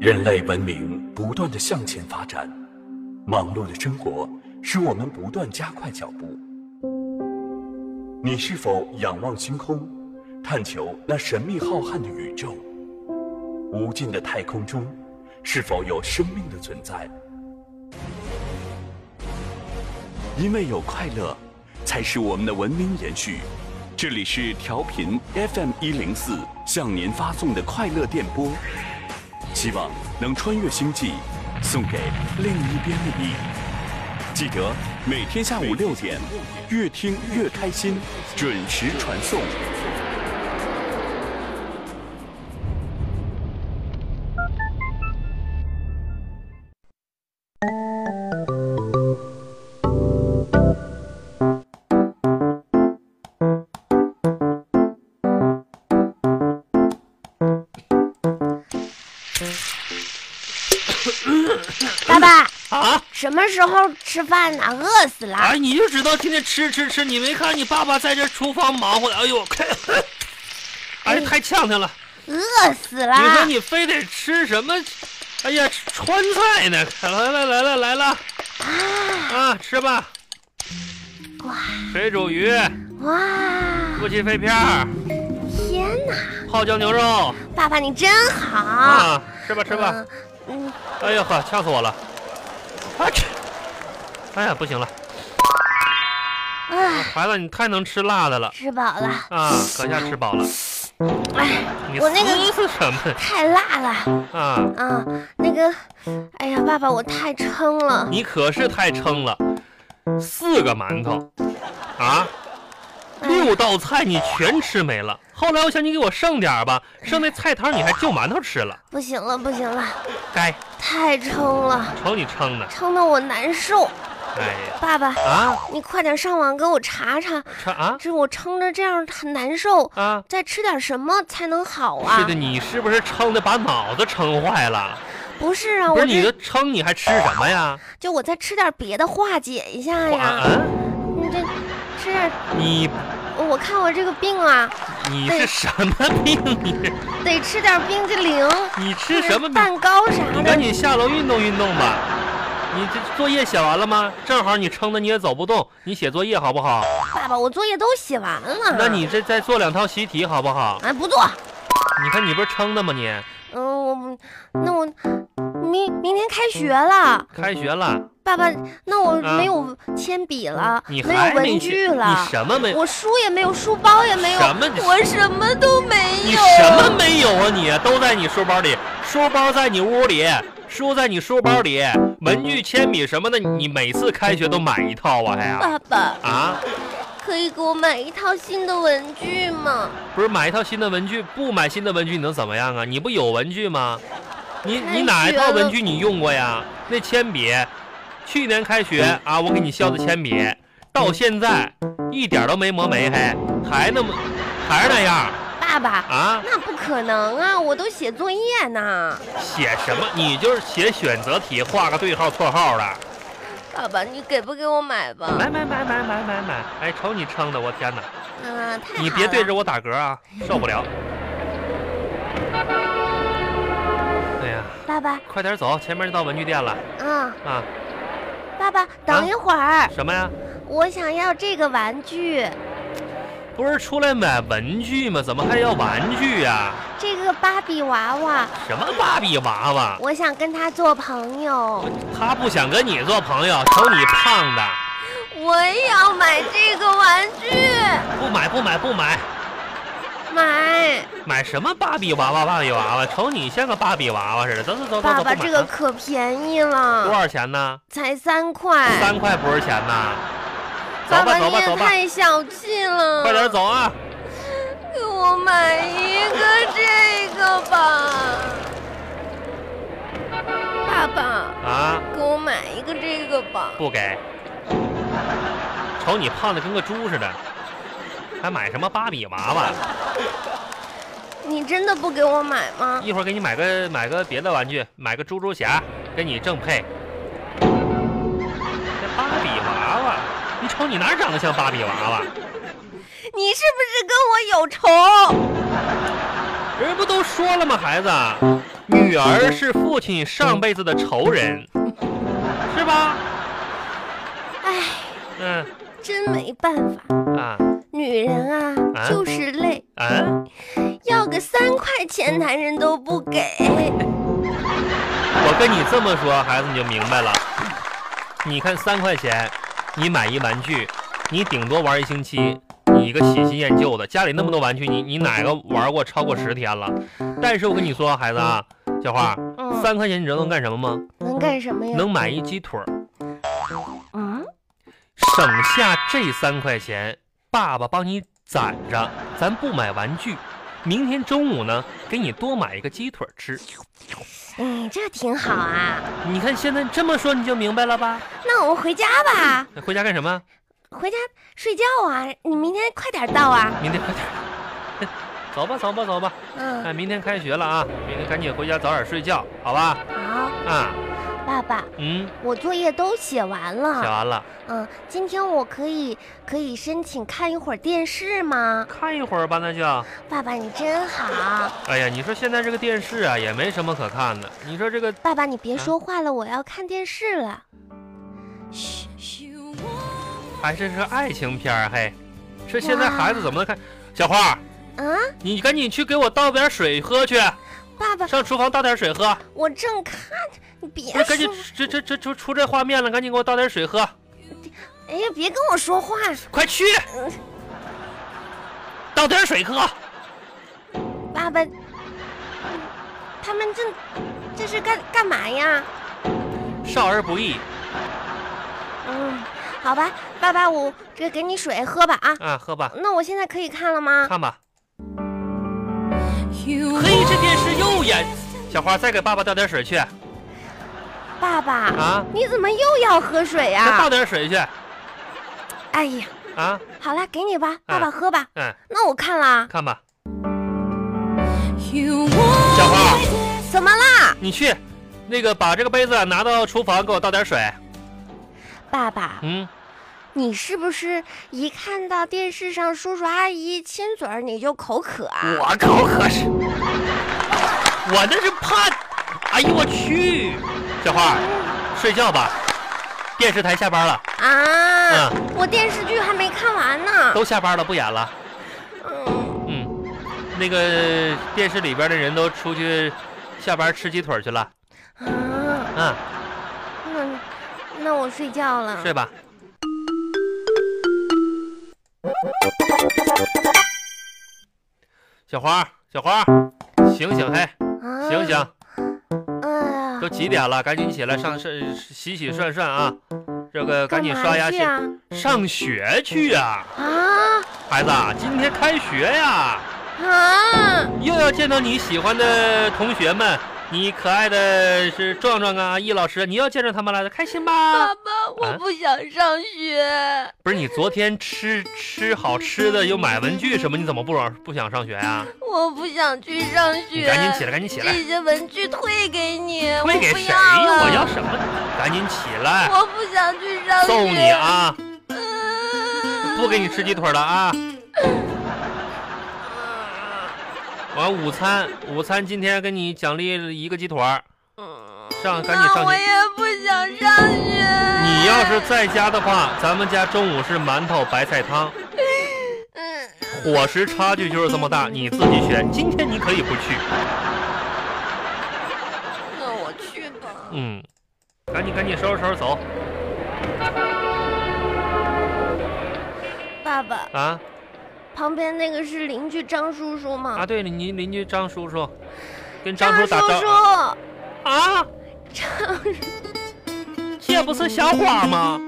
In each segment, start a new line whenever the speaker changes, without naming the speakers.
人类文明不断的向前发展，忙碌的生活使我们不断加快脚步。你是否仰望星空，探求那神秘浩瀚的宇宙？无尽的太空中，是否有生命的存在？因为有快乐，才使我们的文明延续。这里是调频 FM 一零四向您发送的快乐电波，希望能穿越星际，送给另一边的你。记得每天下午六点，越听越开心，准时传送。
爸爸，
啊！
什么时候吃饭呢？饿死了。
哎，你就知道天天吃吃吃，你没看你爸爸在这厨房忙活的，哎呦，快！哎，
嗯
太呛他了！
饿死
你说
啦！
你非得吃什么？哎呀，川菜呢？来了来了来了！啊，吃吧！
哇
水煮鱼、
哇，
夫妻肺片儿、
天哪！
泡椒牛肉
爸爸你真好。
啊，吃吧吃吧！
嗯嗯，
哎呀呵，呛死我了！啊吃！哎呀，不行了，
哎，
孩子，你太能吃辣的了
吃饱了。
啊！搁下吃饱了，
哎，
你
我那个
思思什么
太辣了
啊？
啊！那个，哎呀，爸爸，我太撑了。
你可是太撑了，四个馒头，
哎
啊，六道菜你全吃没了。后来我想你给我剩点儿吧，剩那菜汤你还就馒头吃了，
不行了，不行了，
该
太撑了，
瞅你撑的，
撑得我难受。
哎呀
爸爸，
啊，
你快点上网给我查查，
吃啊
这我撑着这样很难受，
啊！
再吃点什么才能好
是
啊
的，？你是不是撑的把脑子撑坏了？
不是啊，
不
我
是你
这
这撑，你还吃什么呀？
就我再吃点别的化解一下
我
哎呀。
啊，
你这吃点，
你
我看我这个病啊，
你是什么病？你这
得吃点冰激凌，
你吃什么病？
蛋糕啥
你赶
的。
紧下楼运动运动吧。你这作业写完了吗？正好你撑的你也走不动，你写作业好不好？
爸爸，我作业都写完了。
那你这再做两套习题好不好？
哎，不做。
你看你不是撑的吗你？
嗯，我不那我明明天开学了，
开学了，
爸爸，那我
啊
没有铅笔了，
你
没有
还
文
没
具
去？
了
你，什么没？
我书也没有，书包也没有，
什么
我什么都没
你
有。
什么没有啊你？都在你书包里，书包在你屋里，书在你书包里，文具、铅笔什么的，你每次开学都买一套啊还呀？
爸爸，
啊，
可以给我买一套新的文具吗？
不是买一套新的文具，不买新的文具你能怎么样啊？你不有文具吗？你
开
你哪一
学
套
了
文具你用过呀？那铅笔，去年开学啊，我给你削的铅笔，到现在一点都没磨没还，还那么还是那样
爸爸，
啊？
那不可能啊，我都写作业呢。
写什么？你就是写选择题，画个对号错号的。
爸爸，你给不给我买吧？
买买买买买买买！哎，瞅你撑的，我天哪！
嗯，太好
哎你别
了
对着我打嗝啊，受不了。哎呀，
爸爸，
快点走，前面就到文具店了
嗯，
啊！
爸爸，等一会儿，
什么呀？
我想要这个玩具，
不是出来买文具吗？怎么还要玩具呀、
这个芭比娃娃，
什么芭比娃娃？
我想跟他做朋友，
他不想跟你做朋友，瞅你胖的，
我也要买这个玩具，
不买不买不买，
买。
买什么芭比娃娃芭比娃娃？瞅你像个芭比娃娃似的。走走走走
爸
走，
爸，
不买
这个
啊
可便宜
多
了，
少钱呢？
才三块。
三块不是钱呐。走
哎爸
吧
爸，
走
你
吧
也
走吧，
太小气了，
快点，走啊！
给我买一个这个吧，爸爸。
啊，
给我买一个这个吧。
不给。瞅你胖的跟个猪似的，还买什么芭比娃娃？
你真的不给我买吗？
一会儿给你买个买个别的玩具，买个猪猪侠，跟你正配。这芭比娃娃，你瞅你哪儿长得像芭比娃娃？
你是不是跟我有仇？
人不都说了吗，孩子，女儿是父亲上辈子的仇人，是吧？
唉，
嗯
真没办法，
啊
女人啊
啊
就是累，
啊！
要个三块钱男人都不给。
我跟你这么说，孩子你就明白了。你看三块钱，你买一玩具，你顶多玩一星期，你一个喜新厌旧的，家里那么多玩具，你你哪个玩过超过十天了？但是我跟你说，孩子啊，小花，
嗯，
三块钱你知道能干什么吗？
能干什么呀？
能买一鸡腿儿。
嗯，
省下这三块钱，爸爸帮你攒着，咱不买玩具。明天中午呢，给你多买一个鸡腿儿吃。
哎，这挺好啊。
你看现在这么说你就明白了吧？
那我们回家吧，
回家干什么？
回家睡觉啊。你明天快点到啊。
明天快点，走吧，走吧，走吧。哎，
嗯，
明天开学了啊，明天赶紧回家早点睡觉，好吧？
好，
啊，
爸爸，
嗯，
我作业都写完
写
了。
完了，
嗯，今天我可以可以申请看一会儿电视吗？
看一会儿吧，那就。
爸爸你真好，
哎呀，你说现在这个电视啊，也没什么可看的。你说这个
爸爸你别
啊
说话了，我要看电视了。嘘，
还是个爱情片儿，嘿，这现在孩子怎么能看？小花儿，
啊，
你赶紧去给我倒点水喝去，
爸爸，
上厨房倒点水喝。
我正看，你别
不哎是，赶紧
说，
这这这出出这画面了，赶紧给我倒点水喝，
哎呀，别跟我说话。
快去，倒点水喝。
爸爸，嗯他们这这是干干嘛呀？
少儿不宜
嗯，好吧，爸爸，我这给你水喝吧啊。
啊，喝吧，
那我现在可以看了吗？
看吧。嘿，这电视又演。小花，再给爸爸倒点水去
爸爸，
啊，
你怎么又要喝水
再
呀、
倒点水去
哎呀，
啊，
好了，给你吧，爸爸喝吧。
嗯，
那我看了，
看吧。小花，
怎么啦？
你去，那个把这个杯子拿到厨房，给我倒点水。
爸爸，
嗯，
你是不是一看到电视上叔叔阿姨亲嘴儿你就口渴啊？
我口渴是，我那是怕，哎呦我去，小花儿，睡觉吧，电视台下班了，
啊，
嗯，
我电视剧还没看完呢。
都下班了，不演了，
嗯，
嗯，那个电视里边的人都出去下班吃鸡腿去了，
啊，
嗯，
那那我睡觉了。
睡吧。小花儿，小花儿，醒醒嘿，
啊
醒醒。，
哎呀
都几点了？赶紧起来上上洗洗涮涮啊！这个赶紧刷牙
干
洗，
嘛啊
上学去啊！
去啊
孩子啊，今天开学呀、
啊啊！
又要见到你喜欢的同学们，你可爱的是壮壮啊、易老师，你又见着他们了，开心
爸，
吧？我
不想上学。
不是你昨天吃吃好吃的又买文具什么，你怎么不不想上学啊？
我不想去上
你
学。
赶紧起来，赶紧起来！
这些文具退给你，
推给
我不
谁
要
呀？
了
我要什么？赶紧起来！
我不想去上学。
揍你！啊！
嗯、
不给你吃鸡腿了啊！完午餐，午餐今天给你奖励一个鸡腿儿，啊上赶紧
那
上
我
去。
也不想上学。
你要是在家的话，咱们家中午是馒头白菜汤，
嗯，
伙食差距就是这么大，你自己选。今天你可以不去，
那我去吧。
嗯，赶紧赶紧收拾收拾走
爸爸，
啊
旁边那个是邻居张叔叔吗
啊！？对了，你邻居张叔叔，跟张
张
叔
叔
打招
叔，
啊，
张
这不是小花吗？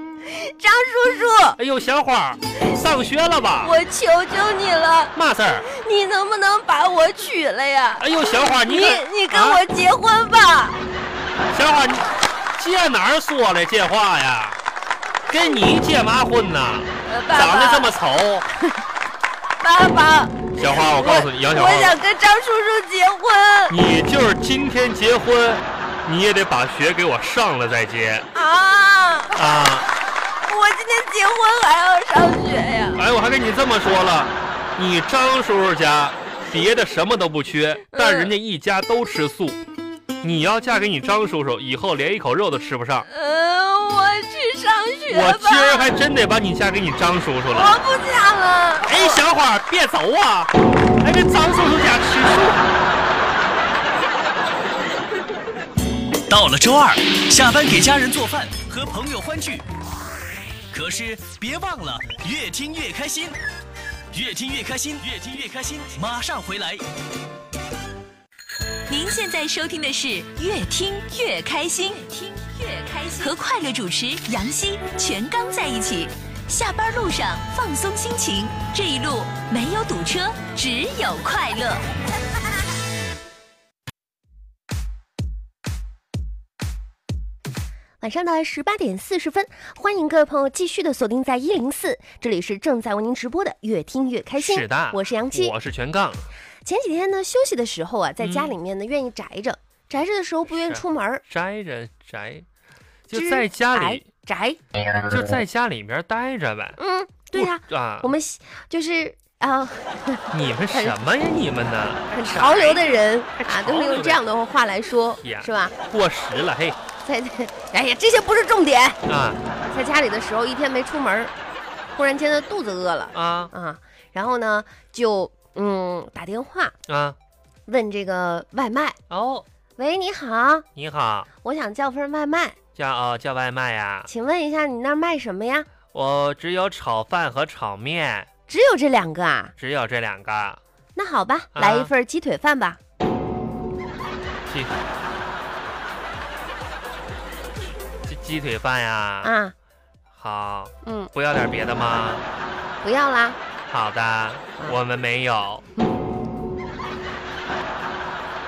张叔叔，
哎呦，小花，上学了吧？
我求求你了，
嘛事儿？
你能不能把我娶了呀？
哎呦，小花，你
你
可
你跟
啊
我结婚吧！
小伙，你这哪儿说的这话呀？跟你结嘛婚呐？
呃爸爸
长得这么丑，
爸爸，
小花，我告诉你，杨小
我
花，
想跟张叔叔结婚
你就是今天结婚，你也得把学给我上了再结
啊！
啊！
我今天结婚还要上学呀？
哎，我还跟你这么说了，
嗯
你张叔叔家别的什么都不缺，但人家一家都吃素，你要嫁给你张叔叔，以后连一口肉都吃不上。
嗯，我去上学
我今儿
吧。哦
还真得把你嫁给你张叔叔了。
我不想了。
哎，小伙儿，别走啊！来这张叔叔家吃素。
到了周二，下班给家人做饭，和朋友欢聚。可是别忘了，越听越开心，越听越开心，越听越开心。马上回来。
您现在收听的是《越听越开心》，听越开心，和快乐主持杨希、全刚在一起。下班路上放松心情，这一路没有堵车，只有快乐。
晚上的十八点四十分，欢迎各位朋友继续的锁定在一零四，这里是正在为您直播的《越听越开心》，
是的，
哎我是杨七。
我是全杠。
前几天呢，休息的时候啊，在家里面呢，愿意宅着，宅着的时候不愿意
是
出门儿，
宅着宅，
知
就在家里，
宅宅，
就在家里边待着呗。
嗯，对呀、
啊
我，们喜就是啊、
你们什么呀？你们呢？
很潮流的人
潮
啊，都是
流
用
的
这样的话来说
呀，
是吧？
过时了，嘿
在在，哎呀，这些不是重点，
啊
在家里的时候，一天没出门儿，忽然间的肚子饿了
啊
啊，然后呢，就嗯打电话
啊！
问这个外卖，
哦，
喂，你好，
你好，
我想叫份外卖，
叫哦叫外卖呀？
请问一下你那儿卖什么呀？
我只有炒饭和炒面，
只有这两个啊？
只有这两个。
那好吧，
啊
来一份鸡腿饭吧。
鸡鸡鸡腿饭呀？
啊，
好，
嗯，
不要点别的吗？
不要啦。
好的，
嗯
我们没有。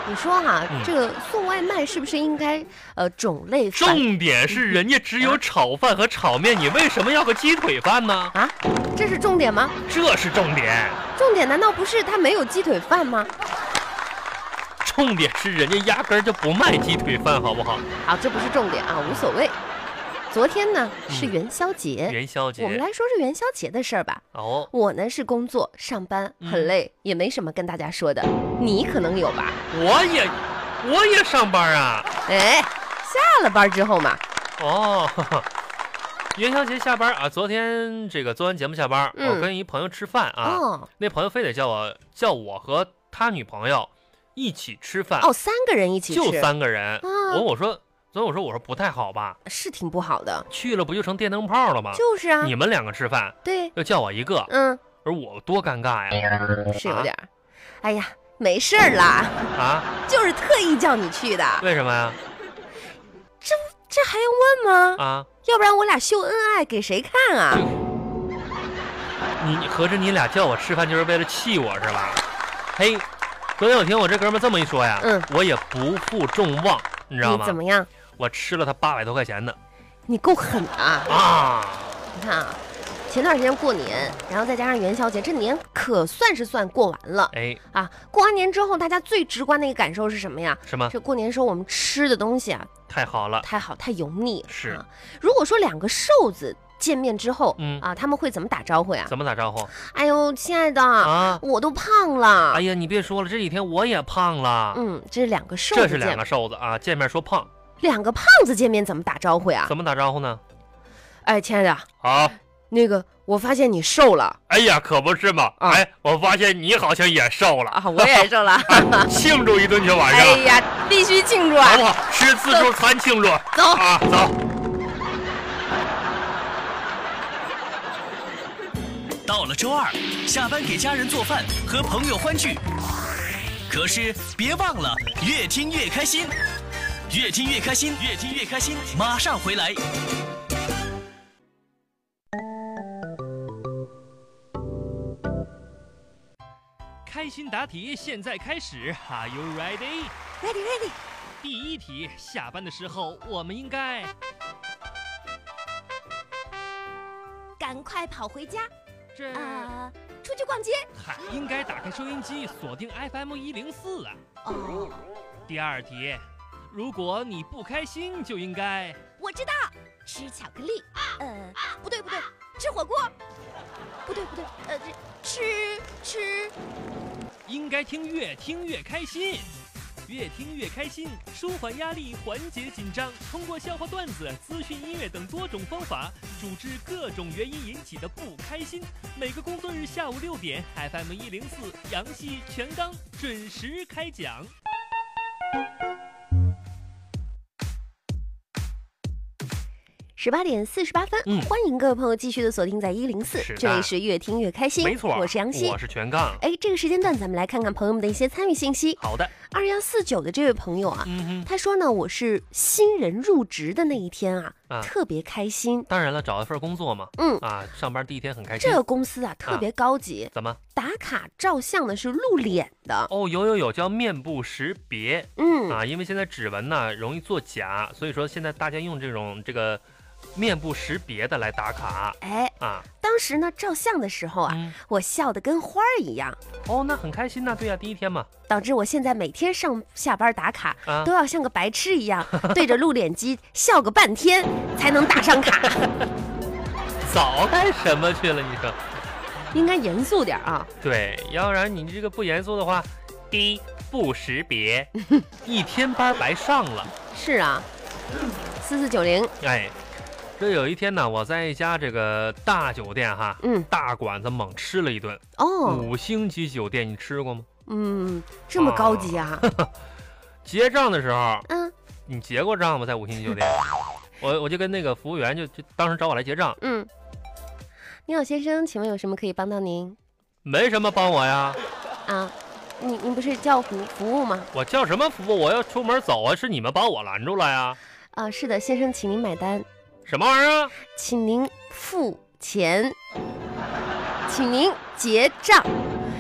你说哈、
嗯
这个送外卖是不是应该呃种类繁
重点是人家只有炒饭和炒面，你为什么要个鸡腿饭呢？
啊？这是重点吗？
这是重点，
重点难道不是他没有鸡腿饭吗？
重点是人家压根儿就不卖鸡腿饭，好不好？
啊，这不是重点啊，无所谓。昨天呢是元宵节，
嗯元宵节
哎我们来说说元宵节的事儿吧。
哦，
我呢是工作上班很
嗯
累，也没什么跟大家说的。你可能有吧？
我也我也上班啊。
哎，下了班之后嘛，
哦， 呵呵元宵节下班啊，昨天这个做完节目下班，
嗯
我跟一朋友吃饭啊，
哦
那朋友非得叫我叫我和他女朋友一起吃饭，
哦，三个人一起吃，
啊就三个人。
啊
我我说，所以我说我说不太好吧，
是挺不好的。
去了不就成电灯泡了吗？
就是啊，
啊你们两个吃饭
对，
又叫我一个，
嗯，
而我多尴尬呀！
是有点儿。哎呀，没事儿 啦，
啊，
就是特意叫你去的，
为什么呀？
这还用问吗？
啊，
要不然我俩秀恩爱给谁看啊？
你你合着你俩叫我吃饭就是为了气我是吧？嘿，昨天我听我这哥们这么一说呀，
嗯
我也不负众望，你知道
你
吗
哎怎？么样？
我吃了他八百多块钱的
你够狠啊！
啊！
你看啊，前段时间过年，然后再加上元宵节，这年可算是算过完了
哎，
啊！过完年之后，大家最直观的一个感受是什么呀？
什么？
这过年时候我们吃的东西啊，
太好了，
太好太油腻了。
是
啊，如果说两个瘦子见面之后，
嗯
啊，他们会怎么打招呼呀？
怎么打招呼
哎呦，亲爱的，
啊？
我都胖了。
哎呀，你别说了，这几天我也胖了。
嗯，这是两个瘦
这
子
是
见
两个瘦子啊，见面说胖，
两个胖子见面怎么打招呼呀？
怎么打招呼呢？
哎，亲爱的，
好，
那个我发现你瘦了
哎呀，可不是嘛！
啊
哎，我发现你好像也瘦了哎
啊，我也瘦 了。
庆祝一顿去晚
哎呀，必须庆祝啊！
好不好？吃自助餐庆祝
走
啊！走，
到了周二，下班给家人做饭，和朋友欢聚。可是别忘了，越听越开心，越听越开心，越听越开心。马上回来。
开心答题现在开始，Are you ready？
ready ready，
第一题，下班的时候我们应该
赶快跑回家
这、
啊、出去逛街。
嗨，应该打开收音机，锁定 FM 一零四啊。
哦，
第二题，如果你不开心，就应该
哎我知道，吃巧克力。呃，不对不对，吃火锅。不对不对，呃，这吃吃
应该听越听越开心。越听越开心，舒缓压力，缓解紧张。通过消化段子、资讯、音乐等多种方法，主治各种原因引起的不开心。每个工作日下午六点，FM 一零四，杨戏全刚准时开讲。
十八点四十八分，
嗯
欢迎各位朋友继续的锁定在一零四
是，的
这里是越听越开心，
没错，
我是杨希
我。是全杠。
哎，这个时间段咱们来看看朋友们的一些参与信息。
好的，
二幺四九的这位朋友啊，
嗯哼，
他说呢，我是新人入职的那一天啊，
啊
特别开心。
当然了，找一份工作嘛，
嗯
啊，上班第一天很开心
这。个公司啊特别高级，
怎么？
打卡照相的是露脸的。
哦，有有有，叫面部识别
嗯，
啊，因为现在指纹呢容易作假，所以说现在大家用这种这个面部识别的来打卡
哎，
啊。
当时呢照相的时候啊，
嗯，
我笑得跟花儿一样，
哦，那很开心呐，对呀，第一天嘛，
导致我现在每天上下班打卡、
啊
都要像个白痴一样 对着露脸机笑个半天才能打上卡。
早干什么去了？你说，
应该严肃点儿啊。
对，要不然你这个不严肃的话，第一不识 别，一天班白上了。
是啊，四四九零，
哎，这有一天呢，我在一家这个大酒店哈，
嗯，
大馆子猛吃了一顿，
哦，
五星级酒店，你吃过吗？
嗯，这么高级啊，
结账的时候，
嗯
你结过账吗？在五星级酒店，我我就跟那个服务员就就当时找我来结账，
嗯。你好，先生，请问有什么可以帮到您
没什么帮我呀，
啊？您您不是叫服服务吗？
我叫什么服务？我要出门走啊，是你们把我拦住了呀？
啊，是的，先生，请您买单，
什么玩意儿啊？
请您付钱，请您结账，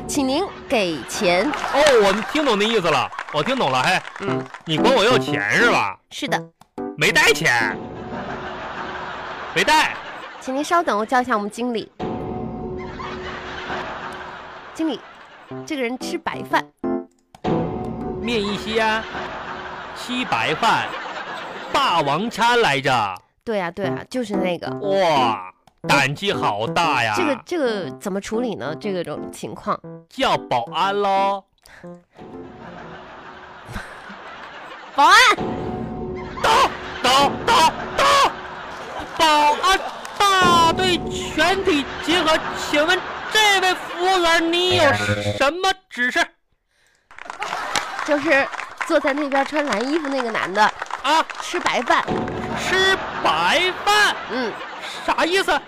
请您给钱。
哦，我听懂那意思了，我听懂了，嘿，
嗯，
你管我要钱是吧？
是的，
没带钱，没带。
请您稍等，我叫一下我们经理。经理，这个人吃白饭，
面一啊虾，稀白饭，霸王餐来着。
对啊，对啊，就是那个。
哇，胆气好大呀！
这个这个怎么处理呢？这个种情况，
叫保安喽。
保安，
到到到到，保安大队全体集合，请问这位服务员，你有什么指示
就是坐在那边穿蓝衣服那个男的，
啊？
吃白饭，
吃白饭
嗯，
啥意思？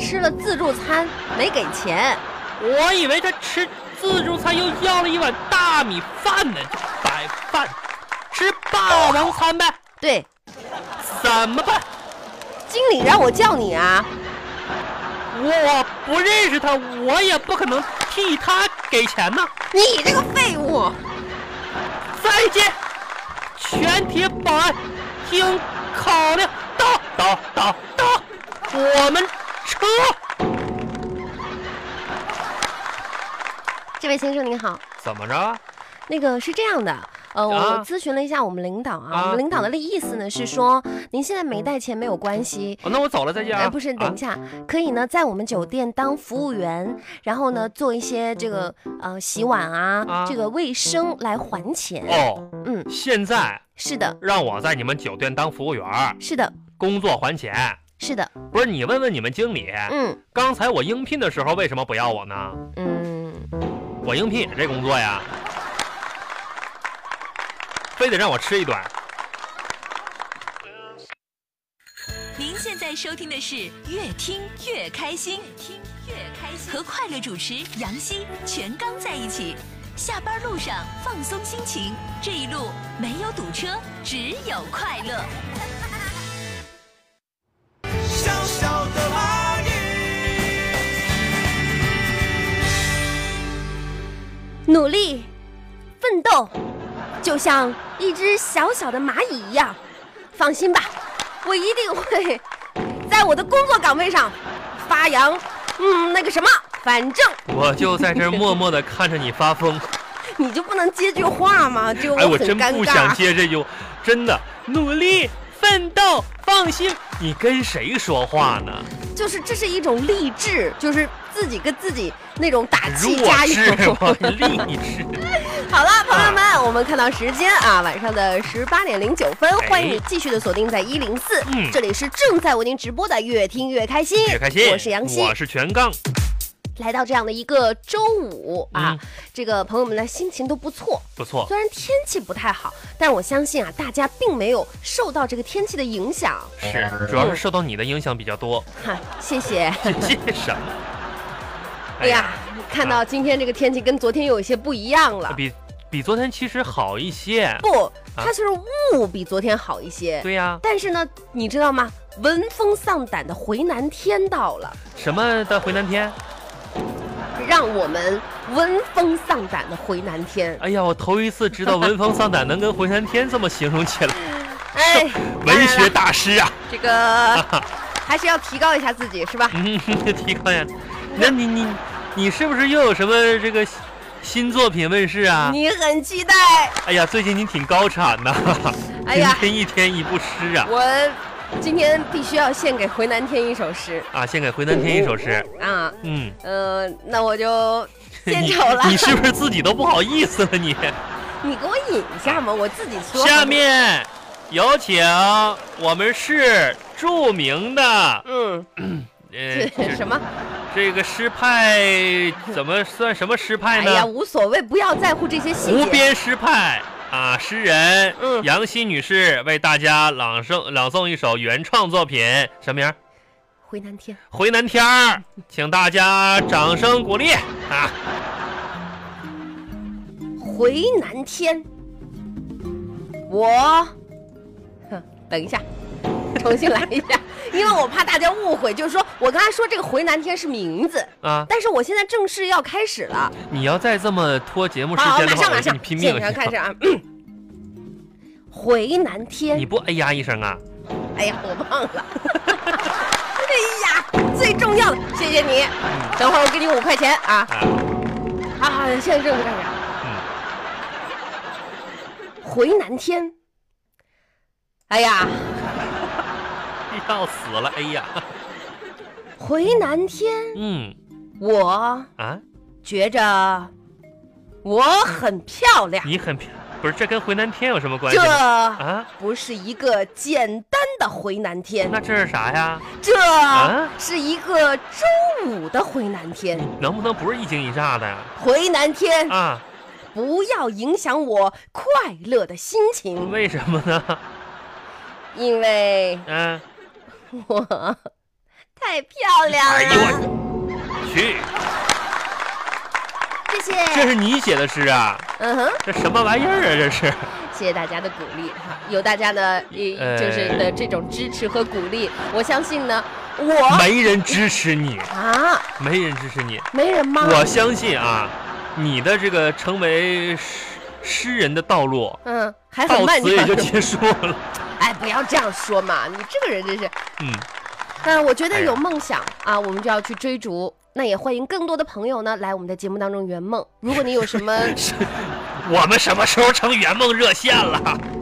吃了自助餐没给钱，
我以为他吃自助餐又要了一碗大米饭呢，这白饭，吃霸王餐呗？
对，
怎么办？
经理让我叫你啊，
我不认识他，我也不可能替他给钱呐。
你这个废物，
再见，全体保安，听口令，到到到到，我们撤。
这位先生您好，
怎么着？哦
那个是这样的。呃，我
啊
咨询了一下我们领导啊，
啊
我们领导的意思呢是说，您现在没带钱没有关系，
哦那我走了，再见啊。
呃，不是，等一下，可以呢，在我们酒店当服务员，然后呢，做一些这个呃洗碗啊，
啊
这个卫生来还钱。
啊哦，
嗯，
现在
是的，
让我在你们酒店当服务员儿，
是的，
工作还钱。
是的，
不是你问问你们经理，
嗯
刚才我应聘的时候为什么不要我呢？
嗯，
我应聘也这工作呀，非得让我吃一顿。
您现在收听的是越听越开心，听越开心，和快乐主持杨希、全刚在一起。下班路上放松心情，这一路没有堵车，只有快乐。
小小的蚂蚁，
努力奋斗，就像一只小小的蚂蚁一样。放心吧，我一定会在我的工作岗位上发扬，嗯，那个什么，反正
我就在这儿默默的看着你发 疯。
你就不能接句话吗？就
哎，我
很
真
尴
不
尬
想接这句，真的努力奋斗，放心。你跟谁说话呢？
就是这是一种励志，就是自己跟自己那种打气
弱
加
智
油。
吗？励志。啊
好了，朋友们，我我们看到时间啊，晚上的十八点零九分，
哎
欢迎你继续的锁定在一零四
嗯，
这里是正在为您直播的《越听越开心》，
越开心。
我是杨希
我。是全刚。
来到这样的一个周五啊，
嗯
这个朋友们的心情都不错。
不错，
虽然天气不太好，但我相信啊，大家并没有受到这个天气的影响。
是，主要是受到你的影响比较 多。
哈，谢谢。
这这什么？
哎呀，，看到今天这个天气跟昨天有一些不一样了。
比比昨天其实好一些。
不，
哎啊
它就是雾比昨天好一些。
对呀，
但是呢，你知道吗？闻风丧胆的回南天到了，
什么的回南天？
让我们闻风丧胆的回南天。
哎呀，我头一次知道“闻风丧胆”能跟回南天这么形容 起来，
哎，当
文
然
学
了
大师啊！
这个还是要提高一下自己，是吧？
嗯， 提高呀，那你你你是不是又有什么这个新新作品问世啊？
你很期待。
哎呀，最近你挺高产呐、
哎呀
今天一天一部诗啊！
我今天必须要献给回南天一首诗
啊，献给回南天一首诗。
啊，
嗯，
呃，那我就 献
你
丑了。
你是不是自己都不好意思了 你？
你给我引一下嘛，我自己说。
下，面有请我们市著名的
嗯，
呃
这 什么？
这个诗派， 怎么算什么诗派
哎呀，
呢？
无所谓，不要在乎这些细
无
节。
边诗派啊，诗人
嗯
杨希女士为大家朗诵朗诵一首原创作品，什么名儿？
回南天，
回南天儿，请大家掌声鼓励啊！
回南天，我，哼等一下， 重新来一下， 因为我怕大家误会，就是说我刚才说这个回南天是名字，
啊，
但是我现在正式要开始了。
你要再这么拖节目时
好，
间
马
的话，我
上马
跟
上
你，拼命
现
了
场开始啊！嗯回南
你
天，
不哎呀一声啊？
哎呀，我忘了。 哎呀，最重要的，谢谢
哎
你。等会儿我给你五块钱啊
啊，
啊！现在正式开始啊。
嗯，
回南天，哎呀，
要死了！哎呀，
回南天，
嗯
我
啊，
觉着我很漂亮。
你很漂不是这跟回南天有什么关系
这
呢啊？
不是一个简单的回南天，
那这是啥呀？
这
啊
是一个周五的回南天。
能不能不是一惊一乍的呀？
回南天，
嗯啊，
不要影响我快乐的心情，
为什么呢？
因为
嗯、
我太漂亮
哎呦
了。
我去，
谢谢，
这是你写的诗啊？
嗯哼。
这什么玩意儿啊？这是
谢谢大家的鼓励，哈，有大家的呃，
呃
就是的这种支持和鼓励，我相信呢，我
没人支持你，
啊，
没人支持你。
没人吗？
我相信啊，你的这个成为诗诗人的道路，
嗯，还很
到
漫
此也
长
就。结束了。
哎，不要这样说嘛，你这个人真是。
嗯，
嗯，我觉得
哎呀
有梦想啊，我们就要去追逐。那也欢迎更多的朋友呢来我们的节目当中圆梦。如果你有什么
我们什么时候成圆梦热线了？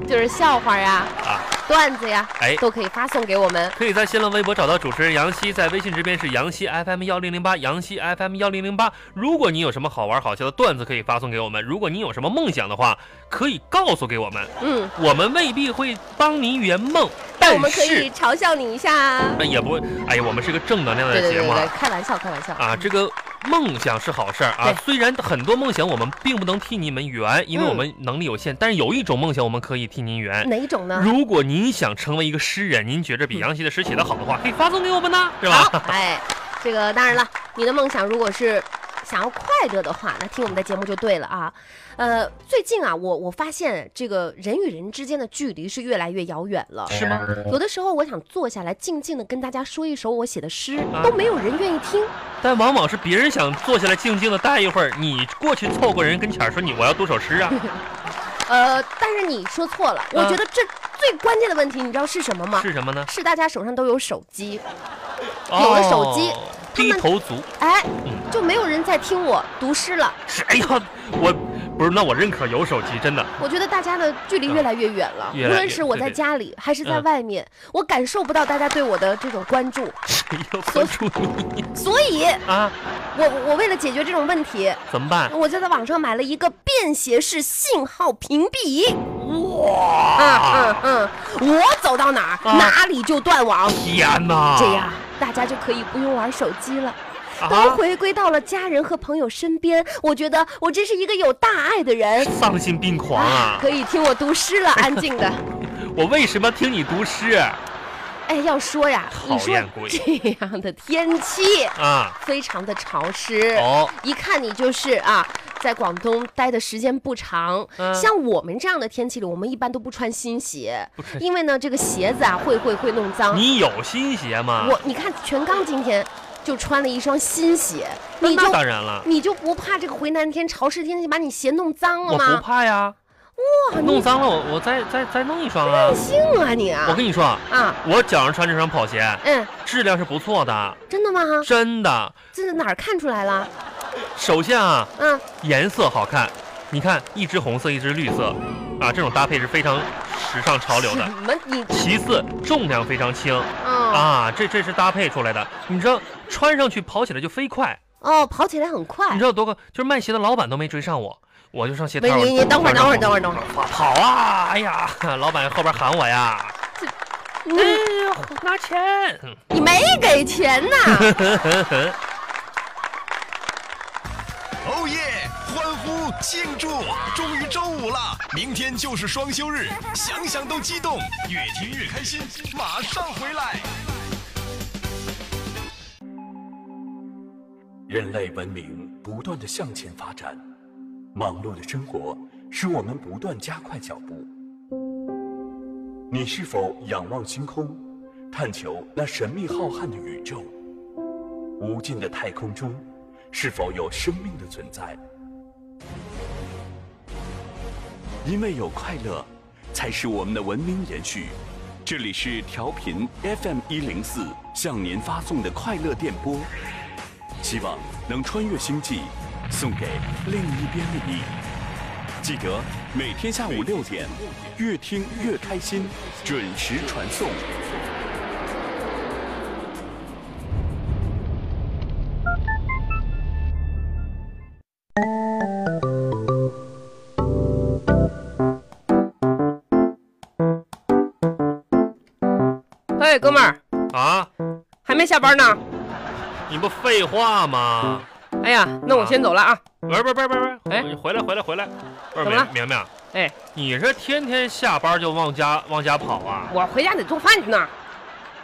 就是笑话呀、
啊
段子呀，
哎
都可以发送给我们。
可以在新浪微博找到主持人杨希，在微信这边是杨希 FM 幺零零八，杨希 FM 幺零零八。如果你有什么好玩好笑的段子，可以发送给我们；如果你有什么梦想的话，可以告诉给我们，
嗯，
我们未必会帮您圆梦，
那
但
我们可以
是
嘲笑你一下啊。
那也不会。哎呀，我们是个正能量
对
的
对
节
对
目啊
对，开玩笑，开玩笑。
啊，这个梦想是好事儿啊
对。
虽然很多梦想我们并不能替你们圆，因为
嗯
我们能力有限，但是有一种梦想我们可以替您圆，
哪一种呢？
如果您想成为一个诗人，您觉着比杨希的诗写得好的话，可以发送给我们呢，嗯是吧？
好，哎，这个当然了，你的梦想如果是想要快乐的话，那听我们的节目就对了啊。呃，最近啊，我我发现这个人与人之间的距离是越来越遥远了。
是吗？
有的时候我想坐下来静静的跟大家说一首我写的诗
啊，
都没有人愿意听。
但往往是别人想坐下来静静的待一会儿，你过去凑过人跟前儿说你我要多首诗 啊，
呃，但是你说错了，我觉得这最关键的问题，你知道是什么吗？
是什么呢？
是大家手上都有手机，有了手机
哦
他
低
们
头族
哎
嗯，
就没有人在听我读诗了。
是哎呀，我不是，那我认可有手机，真的。
我觉得大家的距离越来越远了，
嗯越
无
来
论
越
是我
对
在
对
家里还是在
嗯
外面，我感受不到大家对我的这种关注，
谁要关注你
所以
啊？
我我为了解决这种问题，
怎么办？
我就在网上买了一个便携式信号屏蔽仪。哇！嗯嗯嗯，我走到哪儿、
啊
哪里就断网，
天哪！
这样大家就可以不用玩手机了。都
啊，
回归到了家人和朋友身边，我觉得我真是一个有大爱的人。
丧心病狂啊！
可以听我读诗了，安静的。
我为什么听你读诗
哎，要说呀，你
讨
说
厌鬼
这样的天气
啊？
非常的潮湿，
哦，
一看你就是啊，在广东待的时间不长。
嗯
像我们这样的天气里，我们一般都不穿新鞋，
不是
因为呢，这个鞋子啊会会会弄脏。
你有新鞋吗？
我你看全刚今天就穿了一双新鞋，你就
那当然了，
你就不怕这个回南天潮湿天气把你鞋弄脏了
我不
吗？
怕呀。
哇，你
弄脏了我我再再再弄一双 啊！
硬啊你啊！
我跟你说啊，
啊，
我脚上穿这双跑鞋
嗯，
质量是不错的，
真的吗？
真的。
这是哪儿看出来了？
首先啊，
嗯，
颜色好看，你看一只红色一只绿色，啊，这种搭配是非常时尚潮流
什
的。
么你
其次，重量非常轻
啊？
啊，这这是搭配出来的。你知道穿上去跑起来就飞快，
哦，跑起来很快
你知。道多个就是卖鞋的老板都没追上我，我就上鞋摊
喂，
儿。
你你等会儿，等会儿，等会
儿
儿，等会儿，
跑啊！哎呀， 老板后边喊我呀，哎
你
拿钱。
你没给钱呐？
哦耶！欢呼庆祝！终于周五了，明天就是双休日，想想都激动，越听越开心，马上回来。
人类文明不断的向前发展，忙碌的生活使我们不断加快脚步。你是否仰望星空，探求那神秘浩瀚的宇宙？无尽的太空中，是否有生命的存在？因为有快乐，才使我们的文明延续。这里是调频 FM 一零四向您发送的快乐电波。希望能穿越星际，送给另一边的你。记得每天下午六点，越听越开心，准时传送。
哎，哥们儿，
啊，
还没下班呢。
你不废话吗？
哎呀，那我先走了啊。
不是不是不是不是，
哎
我回来回来回来，不是
怎么了
明明明，
哎，
你这天天下班就往家往家跑啊？
我回家得做饭去呢。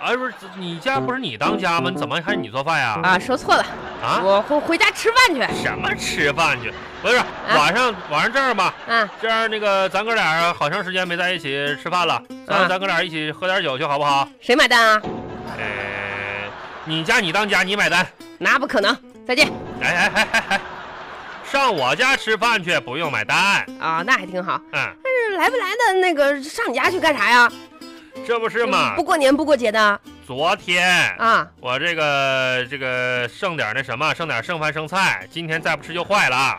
哎，不是你家不是你当家吗？你怎么还是你做饭呀？
啊，说错了，
啊，
我回回家吃饭去。
什么吃饭去？不是晚上晚上这样吧，
啊，
这样那个咱哥俩好长时间没在一起吃饭了，
啊
咱咱哥俩一起喝点酒去好不好？
谁买单啊？
呃，你家你当家，你买单。
那不可能。再见
哎哎哎哎哎，上我家吃饭去，不用买单。
啊，那还挺好。
嗯，
但是来不来的那个上你家去干啥呀？嗯
这不是嘛
不？过年不过节的
昨天
啊。
我这个这个剩点那什么，剩点剩饭剩菜，今天再不吃就坏了，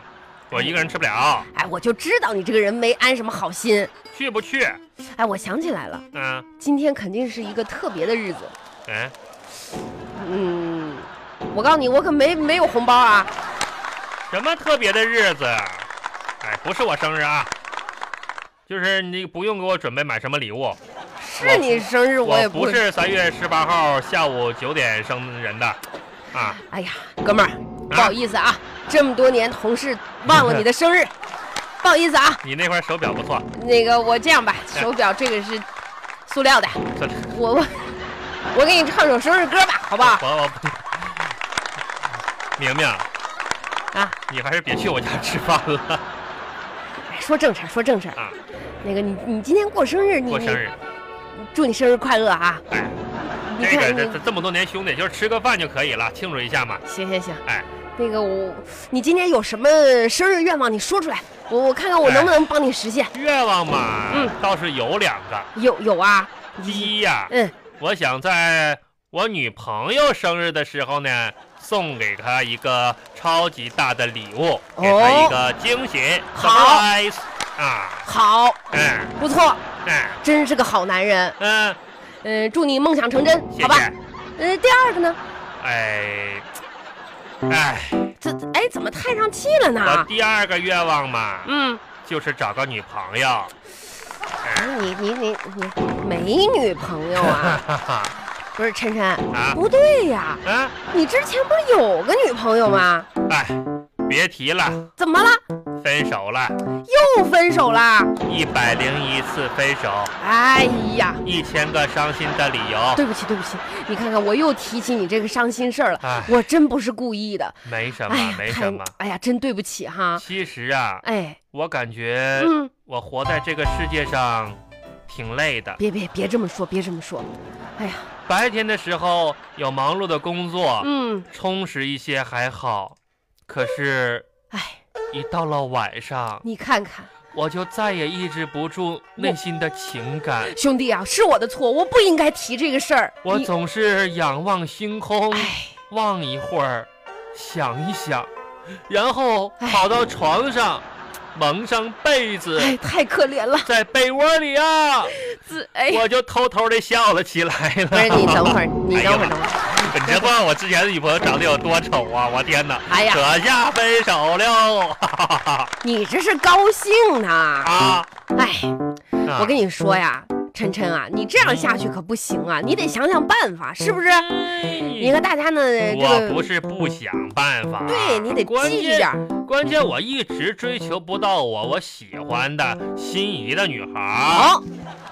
我一个人吃不了。
哎，我就知道你这个人没安什么好心。
去不去？
哎，我想起来了，
嗯，
今天肯定是一个特别的日子。
哎，
嗯，我告诉你，我可没没有红包啊。
什么特别的日子？哎，不是我生日啊，就是你不用给我准备买什么礼物。
是你生日，
我
也
不。是三月十八号下午九点生人的，啊，
哎呀，哥们儿，不好意思啊，这么多年同事忘了你的 生日，不好意思啊。
你那块手表不错，
那个我这样吧，
哎
手表这个是塑料的，
这
我我我给你唱首生日歌吧，好不好？
我我， 明明，
啊，
你还是别去我家吃饭了
哎说正事儿，说正事儿。
啊！
那个你你今天过生日，你
过生日，
你祝你生日快乐啊！
哎，
你
这个
看
这
你
这这么多年兄弟，就是吃个饭就可以了，庆祝一下嘛。
行行行，
哎，
那个我你今年有什么生日愿望，你说出来，我我看看我能不能帮你实现。
愿望嘛，
嗯
倒是有两个。
有有啊，
第一呀、
嗯，
我想在我女朋友生日的时候呢，送给他一个超级大的礼物，
哦
给他一个惊喜，surprise 啊！
好，
嗯
不错，
嗯
真是个好男人。
嗯，
嗯，祝你梦想成真，
谢
好吧
谢。。
嗯，第二个呢？
哎，
嗯
哎，
这哎，怎么太上气了
我
呢？
第二个愿望嘛，
啊嗯，
就是找个女朋友。
你你你你没女朋友啊？
哈哈
不是晨晨，
啊
不对呀，
啊！
你之前不是有个女朋友吗？
哎，别提了，
怎么了？
分手了，
又分手啦？
一百零一次分手，
哎呀，
一千个伤心的理由，
对不起对不起，你看看我又提起你这个伤心事儿了
哎，
我真不是故意的。
没什
哎
么，
呀，
没
太
什么。
哎呀，真对不起哈。
其实啊，
哎，
我感觉
嗯，
我活在这个世界上挺累的。
别别别这么说，别这么说。哎呀，
白天的时候有忙碌的工作，
嗯，
充实一些还好，可是，
哎，
一到了晚上，
你看看。
我就再也抑制不住内心的情感，
兄弟啊，是我的错，我不应该提这个事儿。
我
你
总是仰望星空，
哎，
望一会儿，想一想，然后
哎
跑到床上，蒙上被子，
哎，太可怜了，
在被窝里啊，
自哎，
我就偷偷的笑了起来了。
不是你等会儿，你等会
哎
儿，
呀
等会儿，
你知道我之前的女朋友长得有多丑啊！我天哪，
哎呀
这下分手了
你这是高兴呢？
啊！
哎，我跟
你
你说呀，晨晨啊，你这样下去可不行啊，你得想想办法，是不是？你和大家呢，这
嗯哎我不
个
是不想办法，
对你得
关
积极
键
点儿。
关键我一直追求不到我我喜欢的心仪的女孩儿。
好，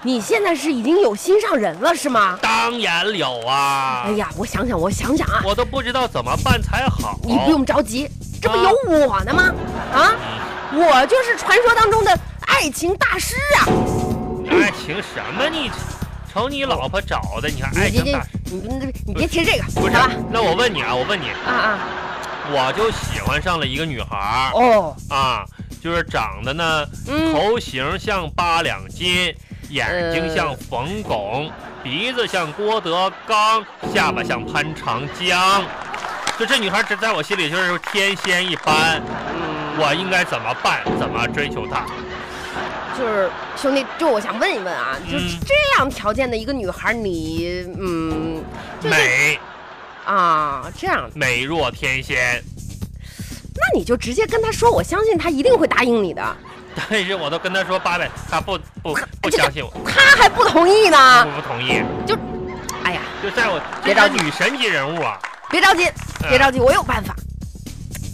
你现在是已经有心上人了是吗？
当然有啊，
哎呀，我想想，我想想啊，
我都不知道怎么办才好。
你不用着急，这不有我呢吗？啊，
嗯
我就是传说当中的爱情大师啊！
爱情什么你？瞅你老婆找的，你还爱
你
情
别
大师？
你别你别提这个，
哎不
好
是
吧？，
那我问你啊，我问你，
啊啊，
我就喜欢上了一个女孩儿
哦，
啊，就是长得呢，
嗯，
头型像八两金，眼
呃
睛像冯巩，鼻子像郭德纲，下巴像潘长江。就这女孩，这在我心里就是天仙一般。
嗯
我应该怎么办？怎么追求她？
就是兄弟，就我想问一问啊，
嗯
就是这样条件的一个女孩，你嗯，就是
美
啊这样，
美若天仙，
那你就直接跟她说，我相信她一定会答应你的。
但是我都跟她说八百，她不不不相信我，
她还不同意
我
呢，
不同意。
哎呀，
就在我
啊别
这
着
个
急
女神级人物啊，
别着急，
嗯
别着急，我有办法。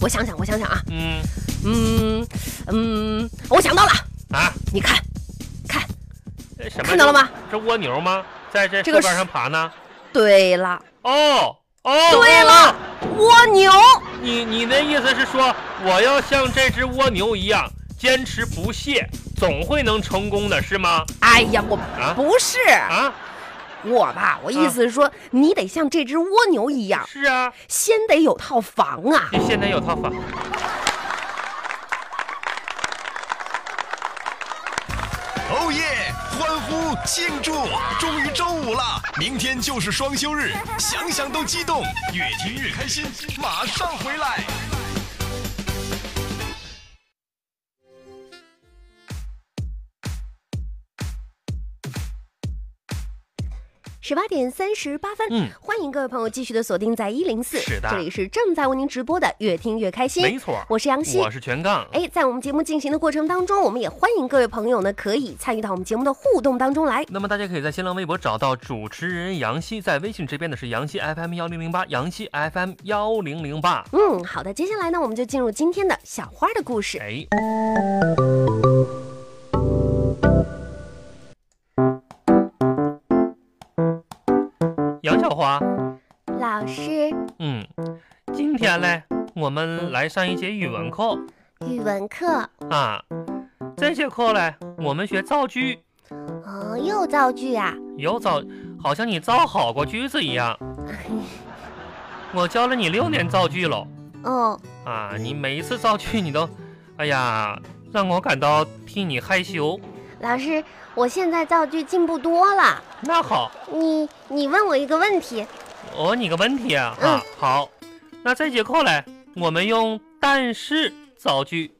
我想想，我想想啊，
嗯
嗯嗯，我想到了，
啊，
你看
这什么
看到了？吗？
这蜗牛吗？在这
这个
树干
是
上爬呢？
对了，
哦哦，
对了，蜗牛。
你你的意思是说，我要像这只蜗牛一样坚持不懈，总会能成功的，是吗？
哎呀，我
啊
不是
啊，
我吧，我意思是说，你得像这只蜗牛一样，
是啊，
先得有套房啊。
你现在有套房。
哦耶！欢呼庆祝！终于周五了，明天就是双休日，想想都激动，越听越开心。马上回来。
十八点三十八分，
嗯
欢迎各位朋友继续的锁定在一零四，
是的
这里是正在为您直播的《越听越开心》，
没错
我是杨希，
我是全杠，
哎，在我们节目进行的过程当中，我们也欢迎各位朋友呢，可以参与到我们节目的互动当中来。
那么大家可以在新浪微博找到主持人杨希，在微信这边的是杨希 FM 幺零零八，杨希 FM 幺零零八。
嗯，好的，接下来呢，我们就进入今天的小花的故事。
哎，杨小花，
老师，
嗯，今天嘞，我们来上一节语文课
语文课，
啊。这节课嘞，我们学造句，
哦，又造句啊？
有造，好像你造好过句子一样。我教了你六年造句喽，
哦，
啊，你每一次造句你都，哎呀，让我感到替你害羞。
老师，我现在造句进步多了。
那好，
你你问我一个问题，
我问你个问题啊，啊，好，那这节课嘞，我们用但是造句。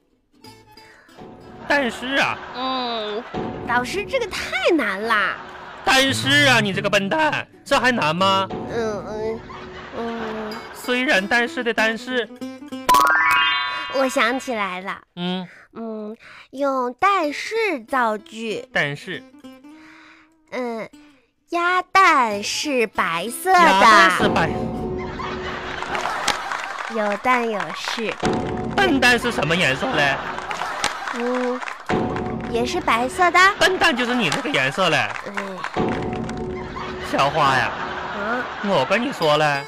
但是啊，
嗯，老师这个太难啦。
但是啊，你这个笨蛋，这还难吗？
嗯嗯嗯，
虽然但是的但是，
我想起来了，
嗯，
嗯，用但是造句。
但是
嗯，鸭蛋是白色
鸭蛋是
的，
白，
有蛋有市。
笨蛋是什么颜色嘞？
嗯，也是白色的。
笨蛋就是你这个颜色嘞，
嗯
小花呀，
啊，
我跟你说嘞，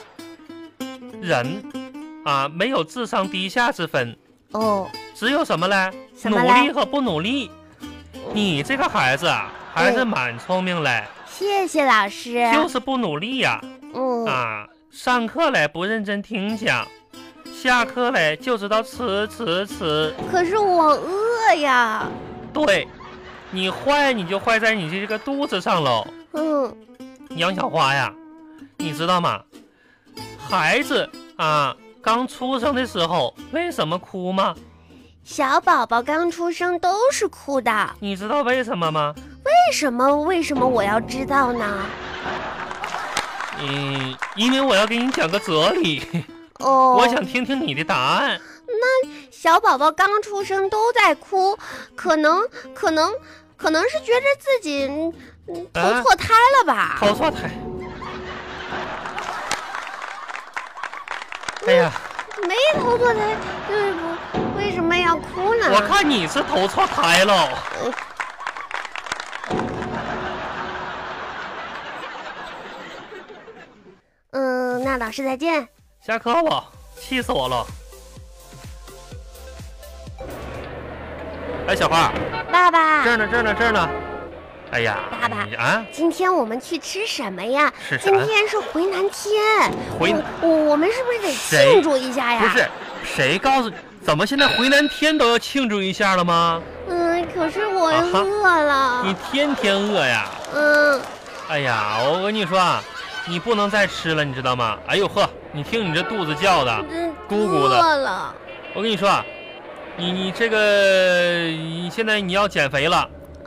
人啊没有智商低下之分，
哦，
只有什么嘞？
什么
努
嘞
力和不努力。你这个孩子啊，还
嗯
是蛮聪明嘞，
谢谢老师。
就是不努力呀、
嗯，
啊，上课嘞不认真听讲，下课嘞就知道吃吃吃。
可是我饿呀。
对，你坏你就坏在你这个肚子上喽，
嗯
杨小花呀，你知道吗？孩子啊，刚出生的时候为什么哭吗？，
小宝宝刚出生都是哭的，
你知道为什么吗？
为什么？为什么我要知道呢？
嗯，因为我要给你讲个哲理，
哦，
我想听听你的答案。
小宝宝刚出生都在哭，可能可能可能是觉着自己嗯嗯
啊
投错胎了吧？
掏错胎。哎呀，
没投错胎，就是不为什么要哭呢？
我看你是投错胎了。
嗯，那老师再见。
下课吧，气死我了！哎，小花，
爸爸
这，儿呢，这儿呢，这儿呢。哎呀，
爸爸
你啊，
今天我们去吃什么呀？
吃啥
今天是回南天，
回
我我我们是不是得
谁
庆祝一下呀？
不是，谁告诉你？怎么现在回南天都要庆祝一下了吗？
嗯，可是我
啊哈
饿了。
你天天饿呀！
嗯，
哎呀，我跟你说啊，你不能再吃了，你知道吗？哎呦呵，你听你这肚子叫的，
嗯
咕咕的
饿了。
我跟你说啊，你你这个你现在你要减肥了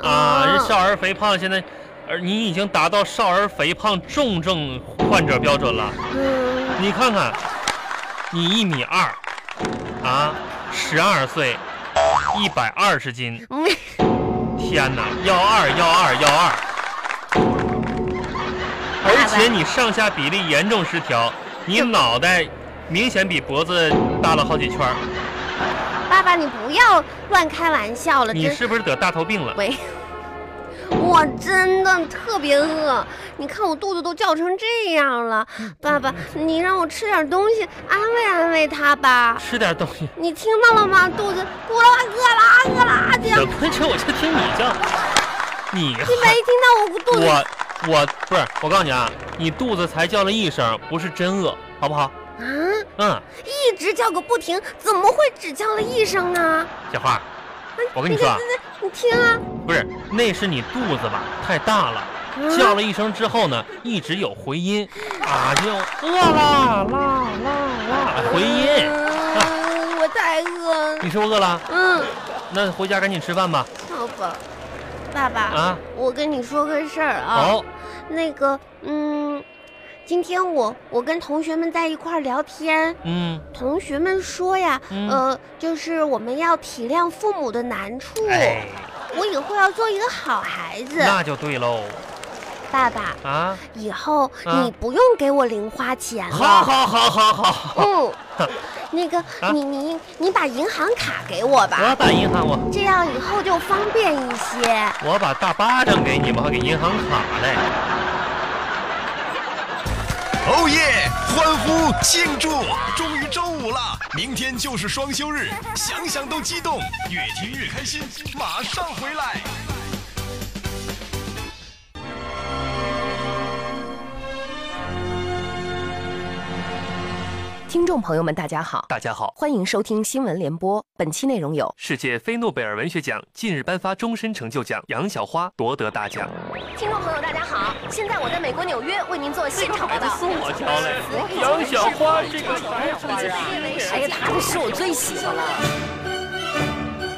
啊！
哦
人少儿肥胖现在，而你已经达到少儿肥胖重症患者标准了。
嗯，
你看看，你一米二，啊，十二岁，一百二十斤，
嗯
天哪，幺二幺二幺二，而且你上下比例严重失调，你脑袋明显比脖子大了好几圈儿。
爸爸，你不要乱开玩笑了。
你
真
是不是得大头病了？
喂，我真的特别饿，你看我肚子都叫成这样了。
嗯
爸爸，你让我吃点东西安慰安慰他吧。
吃点东西。
你听到了吗？肚子咕啦饿啦饿啦的，
怎么这我就听你叫？你
哎你没听到我肚子？
我我不是我告诉你啊，你肚子才叫了一声，不是真饿，好不好？
啊，
嗯，
一直叫个不停，怎么会只叫了一声啊？
小花，我跟你
嗯你
说啊，
你听啊，
不是那是你肚子吧太大了，叫了一声之后呢，一直有回音啊，就饿啦啦啦啦回音。
啊嗯我太饿了。
你是不是饿了？
嗯，
那回家赶紧吃饭吧。
好吧，爸爸，
啊，
我跟你说个事儿啊。
好，
那个，嗯，今天我我跟同学们在一块儿聊天，
嗯
同学们说呀，
嗯，
呃，就是我们要体谅父母的难处，
哎，
我以后要做一个好孩子。
那就对喽
爸爸，
啊。
以后
啊
你不用给我零花钱了。
好好好好好，
嗯，那个，
啊
你你你把银行卡给我吧，
我把银行我
这样以后就方便一些。
我把大巴掌给你们，还给银行卡嘞。
哦耶！欢呼庆祝！终于周五了，明天就是双休日，想想都激动，越听越开心。马上回来。
听众朋友们，大家好，
大家好，
欢迎收听新闻联播。本期内容有：
世界非诺贝尔文学奖近日颁发终身成就奖，杨小花夺得大奖。
听众朋友，大家好，现在我在美国纽约为您做现场报道。
我挑嘞
杨小花
这个白花
哎呀，他的诗我最喜欢了。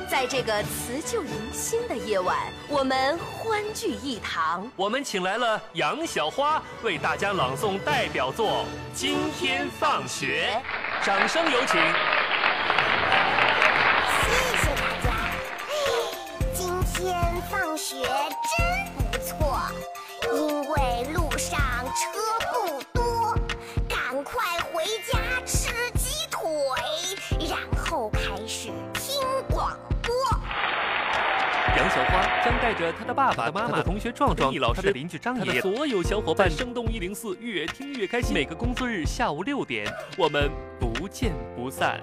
在这个辞旧迎新的夜晚，我们欢聚一堂。
我们请来了杨小花为大家朗诵代表作《今天放学》，掌声有请。
谢谢大家。哎今天放学真不错，因为路上车不多，赶快回家吃鸡腿，然后开始听广播。
杨小花将带着她的爸爸、妈妈、同学壮壮、易老师、的邻居张爷、所有小伙伴，生动一零四，越听越开心。每个工作日下午六点，我们不见不散。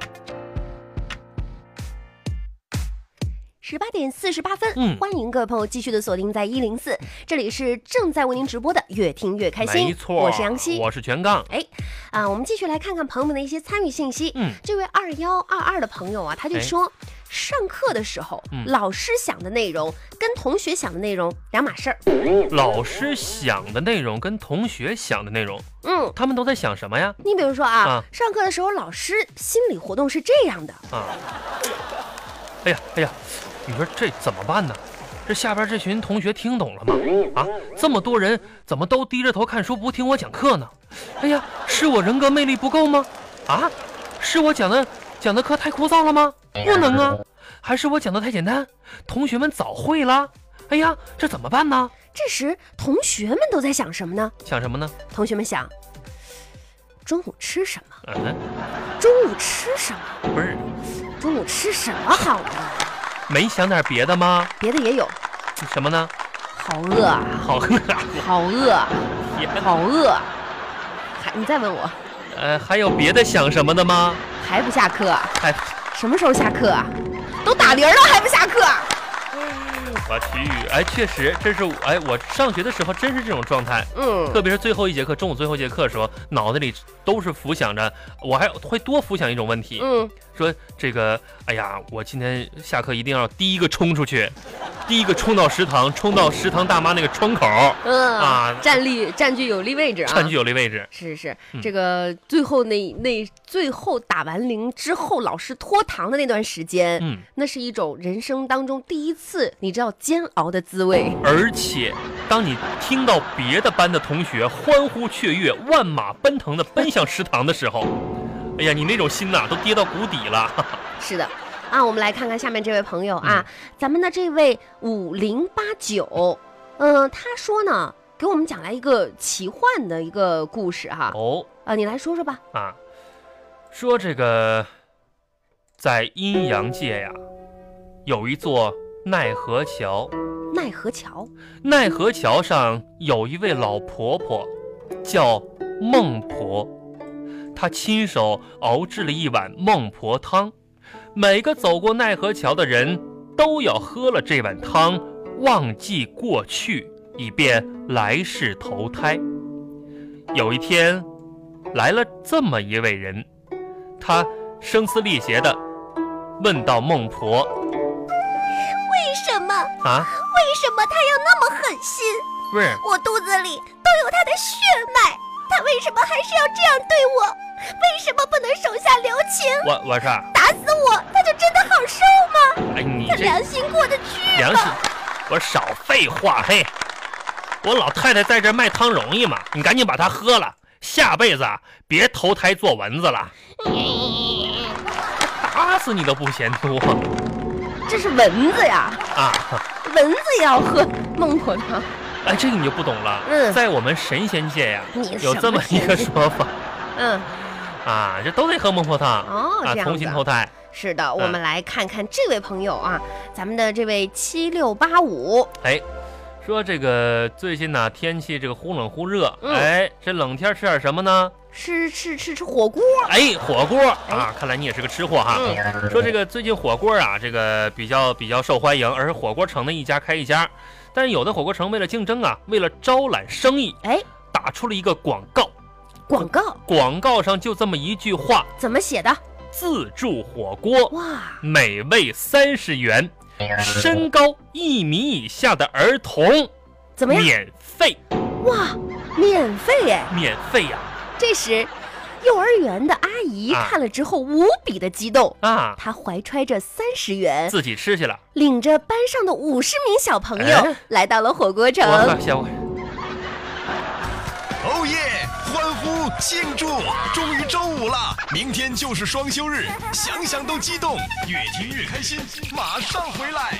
十八点四十八分，
嗯
欢迎各位朋友继续的锁定在一零四，这里是正在为您直播的《越听越开心》，
没错，
我是杨希。
我是全杠。
哎，啊，我们继续来看看朋友们的一些参与信息。
嗯
这位二幺二二的朋友啊，他就
哎
说，上课的时候、
嗯
老师想的内容跟同学想的内容两码事儿。
老师想的内容跟同学想的内容，
嗯，
他们都在想什么呀？
你比如说啊，
啊
上课的时候老师心理活动是这样的，
啊！哎呀哎呀，你说这怎么办呢？这下边这群同学听懂了吗？啊，这么多人怎么都低着头看书不听我讲课呢？哎呀，是我人格魅力不够吗？啊，是我讲的讲的课太枯燥了吗？不能啊，还是我讲的太简单，同学们早会啦。哎呀，这怎么办呢？
这时同学们都在想什么呢？
想什么呢？
同学们想，中午吃什么？
嗯，
中午吃什么？
不是，
中午吃什么好呢？
没想点别的吗？
别的也有，
什么呢？
好饿啊，
好饿啊！
好饿啊，好饿啊。还你再问我，
呃，还有别的想什么的吗？
还不下课啊？
还，
什么时候下课啊？都打铃了还不下课啊？
我去，哎，确实，这是我哎，我上学的时候真是这种状态，
嗯，
特别是最后一节课，中午最后一节课的时候，脑子里都是浮想着，我还会多浮想一种问题，
嗯，
说这个，哎呀，我今天下课一定要第一个冲出 去，第一个冲到食堂，冲到食堂大妈那个窗口，
嗯
啊
站立占据有利位置啊，
占据有利位置。
是是是，
嗯
这个最后那那最后打完铃之后，老师拖堂的那段时间，
嗯，
那是一种人生当中第一次，你知道煎熬的滋味。
而且，当你听到别的班的同学欢呼雀跃、万马奔腾的奔向食堂的时候，哎呀，你那种心呐、都跌到谷底了。
是的，啊，我们来看看下面这位朋友啊，
嗯
咱们的这位五零八九，嗯，他说呢，给我们讲来一个奇幻的一个故事哈，
哦
啊，你来说说吧。
啊，说这个，在阴阳界呀，有一座奈何桥，
奈何桥，
奈何桥上有一位老婆婆，叫孟婆，她亲手熬制了一碗孟婆汤，每个走过奈何桥的人都要喝了这碗汤，忘记过去，以便来世投胎。有一天，来了这么一位人，他声嘶力竭地问到孟婆
为什么？为：“
啊，
什么他要那么狠心？
不是
我肚子里都有他的血脉，他为什么还是要这样对我？为什么不能手下留情？
我，我说，
打死我，他就真的好受吗？
哎，你
他
这
良心过得去
粮
吗
食？，我少废话嘿！我老太太在这儿卖汤容易吗？你赶紧把它喝了，下辈子啊别投胎做蚊子了，打死你都不嫌多
这是蚊子呀，
啊！
蚊子也要喝孟婆汤。
哎，这个你就不懂了。
嗯
在我们神仙界呀、
你
有这么一个
什
说法
嗯，
啊，这都得喝孟婆汤、
哦，这
啊，
样
重嗯
子
新
啊。
投胎。
是的，我们来看看这位朋友啊，咱们的这位七六八五，
哎，说这个最近呢、天气这个忽冷忽热，
嗯
哎，这冷天吃点什么呢？
吃吃吃吃火锅，
哎，火锅啊，看来你也是个吃货哈。
嗯
说这个最近火锅啊，这个比较比较受欢迎，而火锅城的一家开一家，但是有的火锅城为了竞争啊，为了招揽生意，
哎，
打出了一个广告，
广告
广告上就这么一句话：
怎么写的？
自助火锅，
哇，哎
每位三十元，身高一米以下的儿童
怎么样？
免费，
哇，免费哎！
免费呀！
这时，幼儿园的阿姨
啊
看了之后无比的激动，
啊，
她怀揣着三十元，
自己吃去了。
领着班上的五十名小朋友
哎
来到了火锅城。
我下我
哦耶！欢呼庆祝！终于周五了，明天就是双休日，想想都激动。越听越开心，马上回来。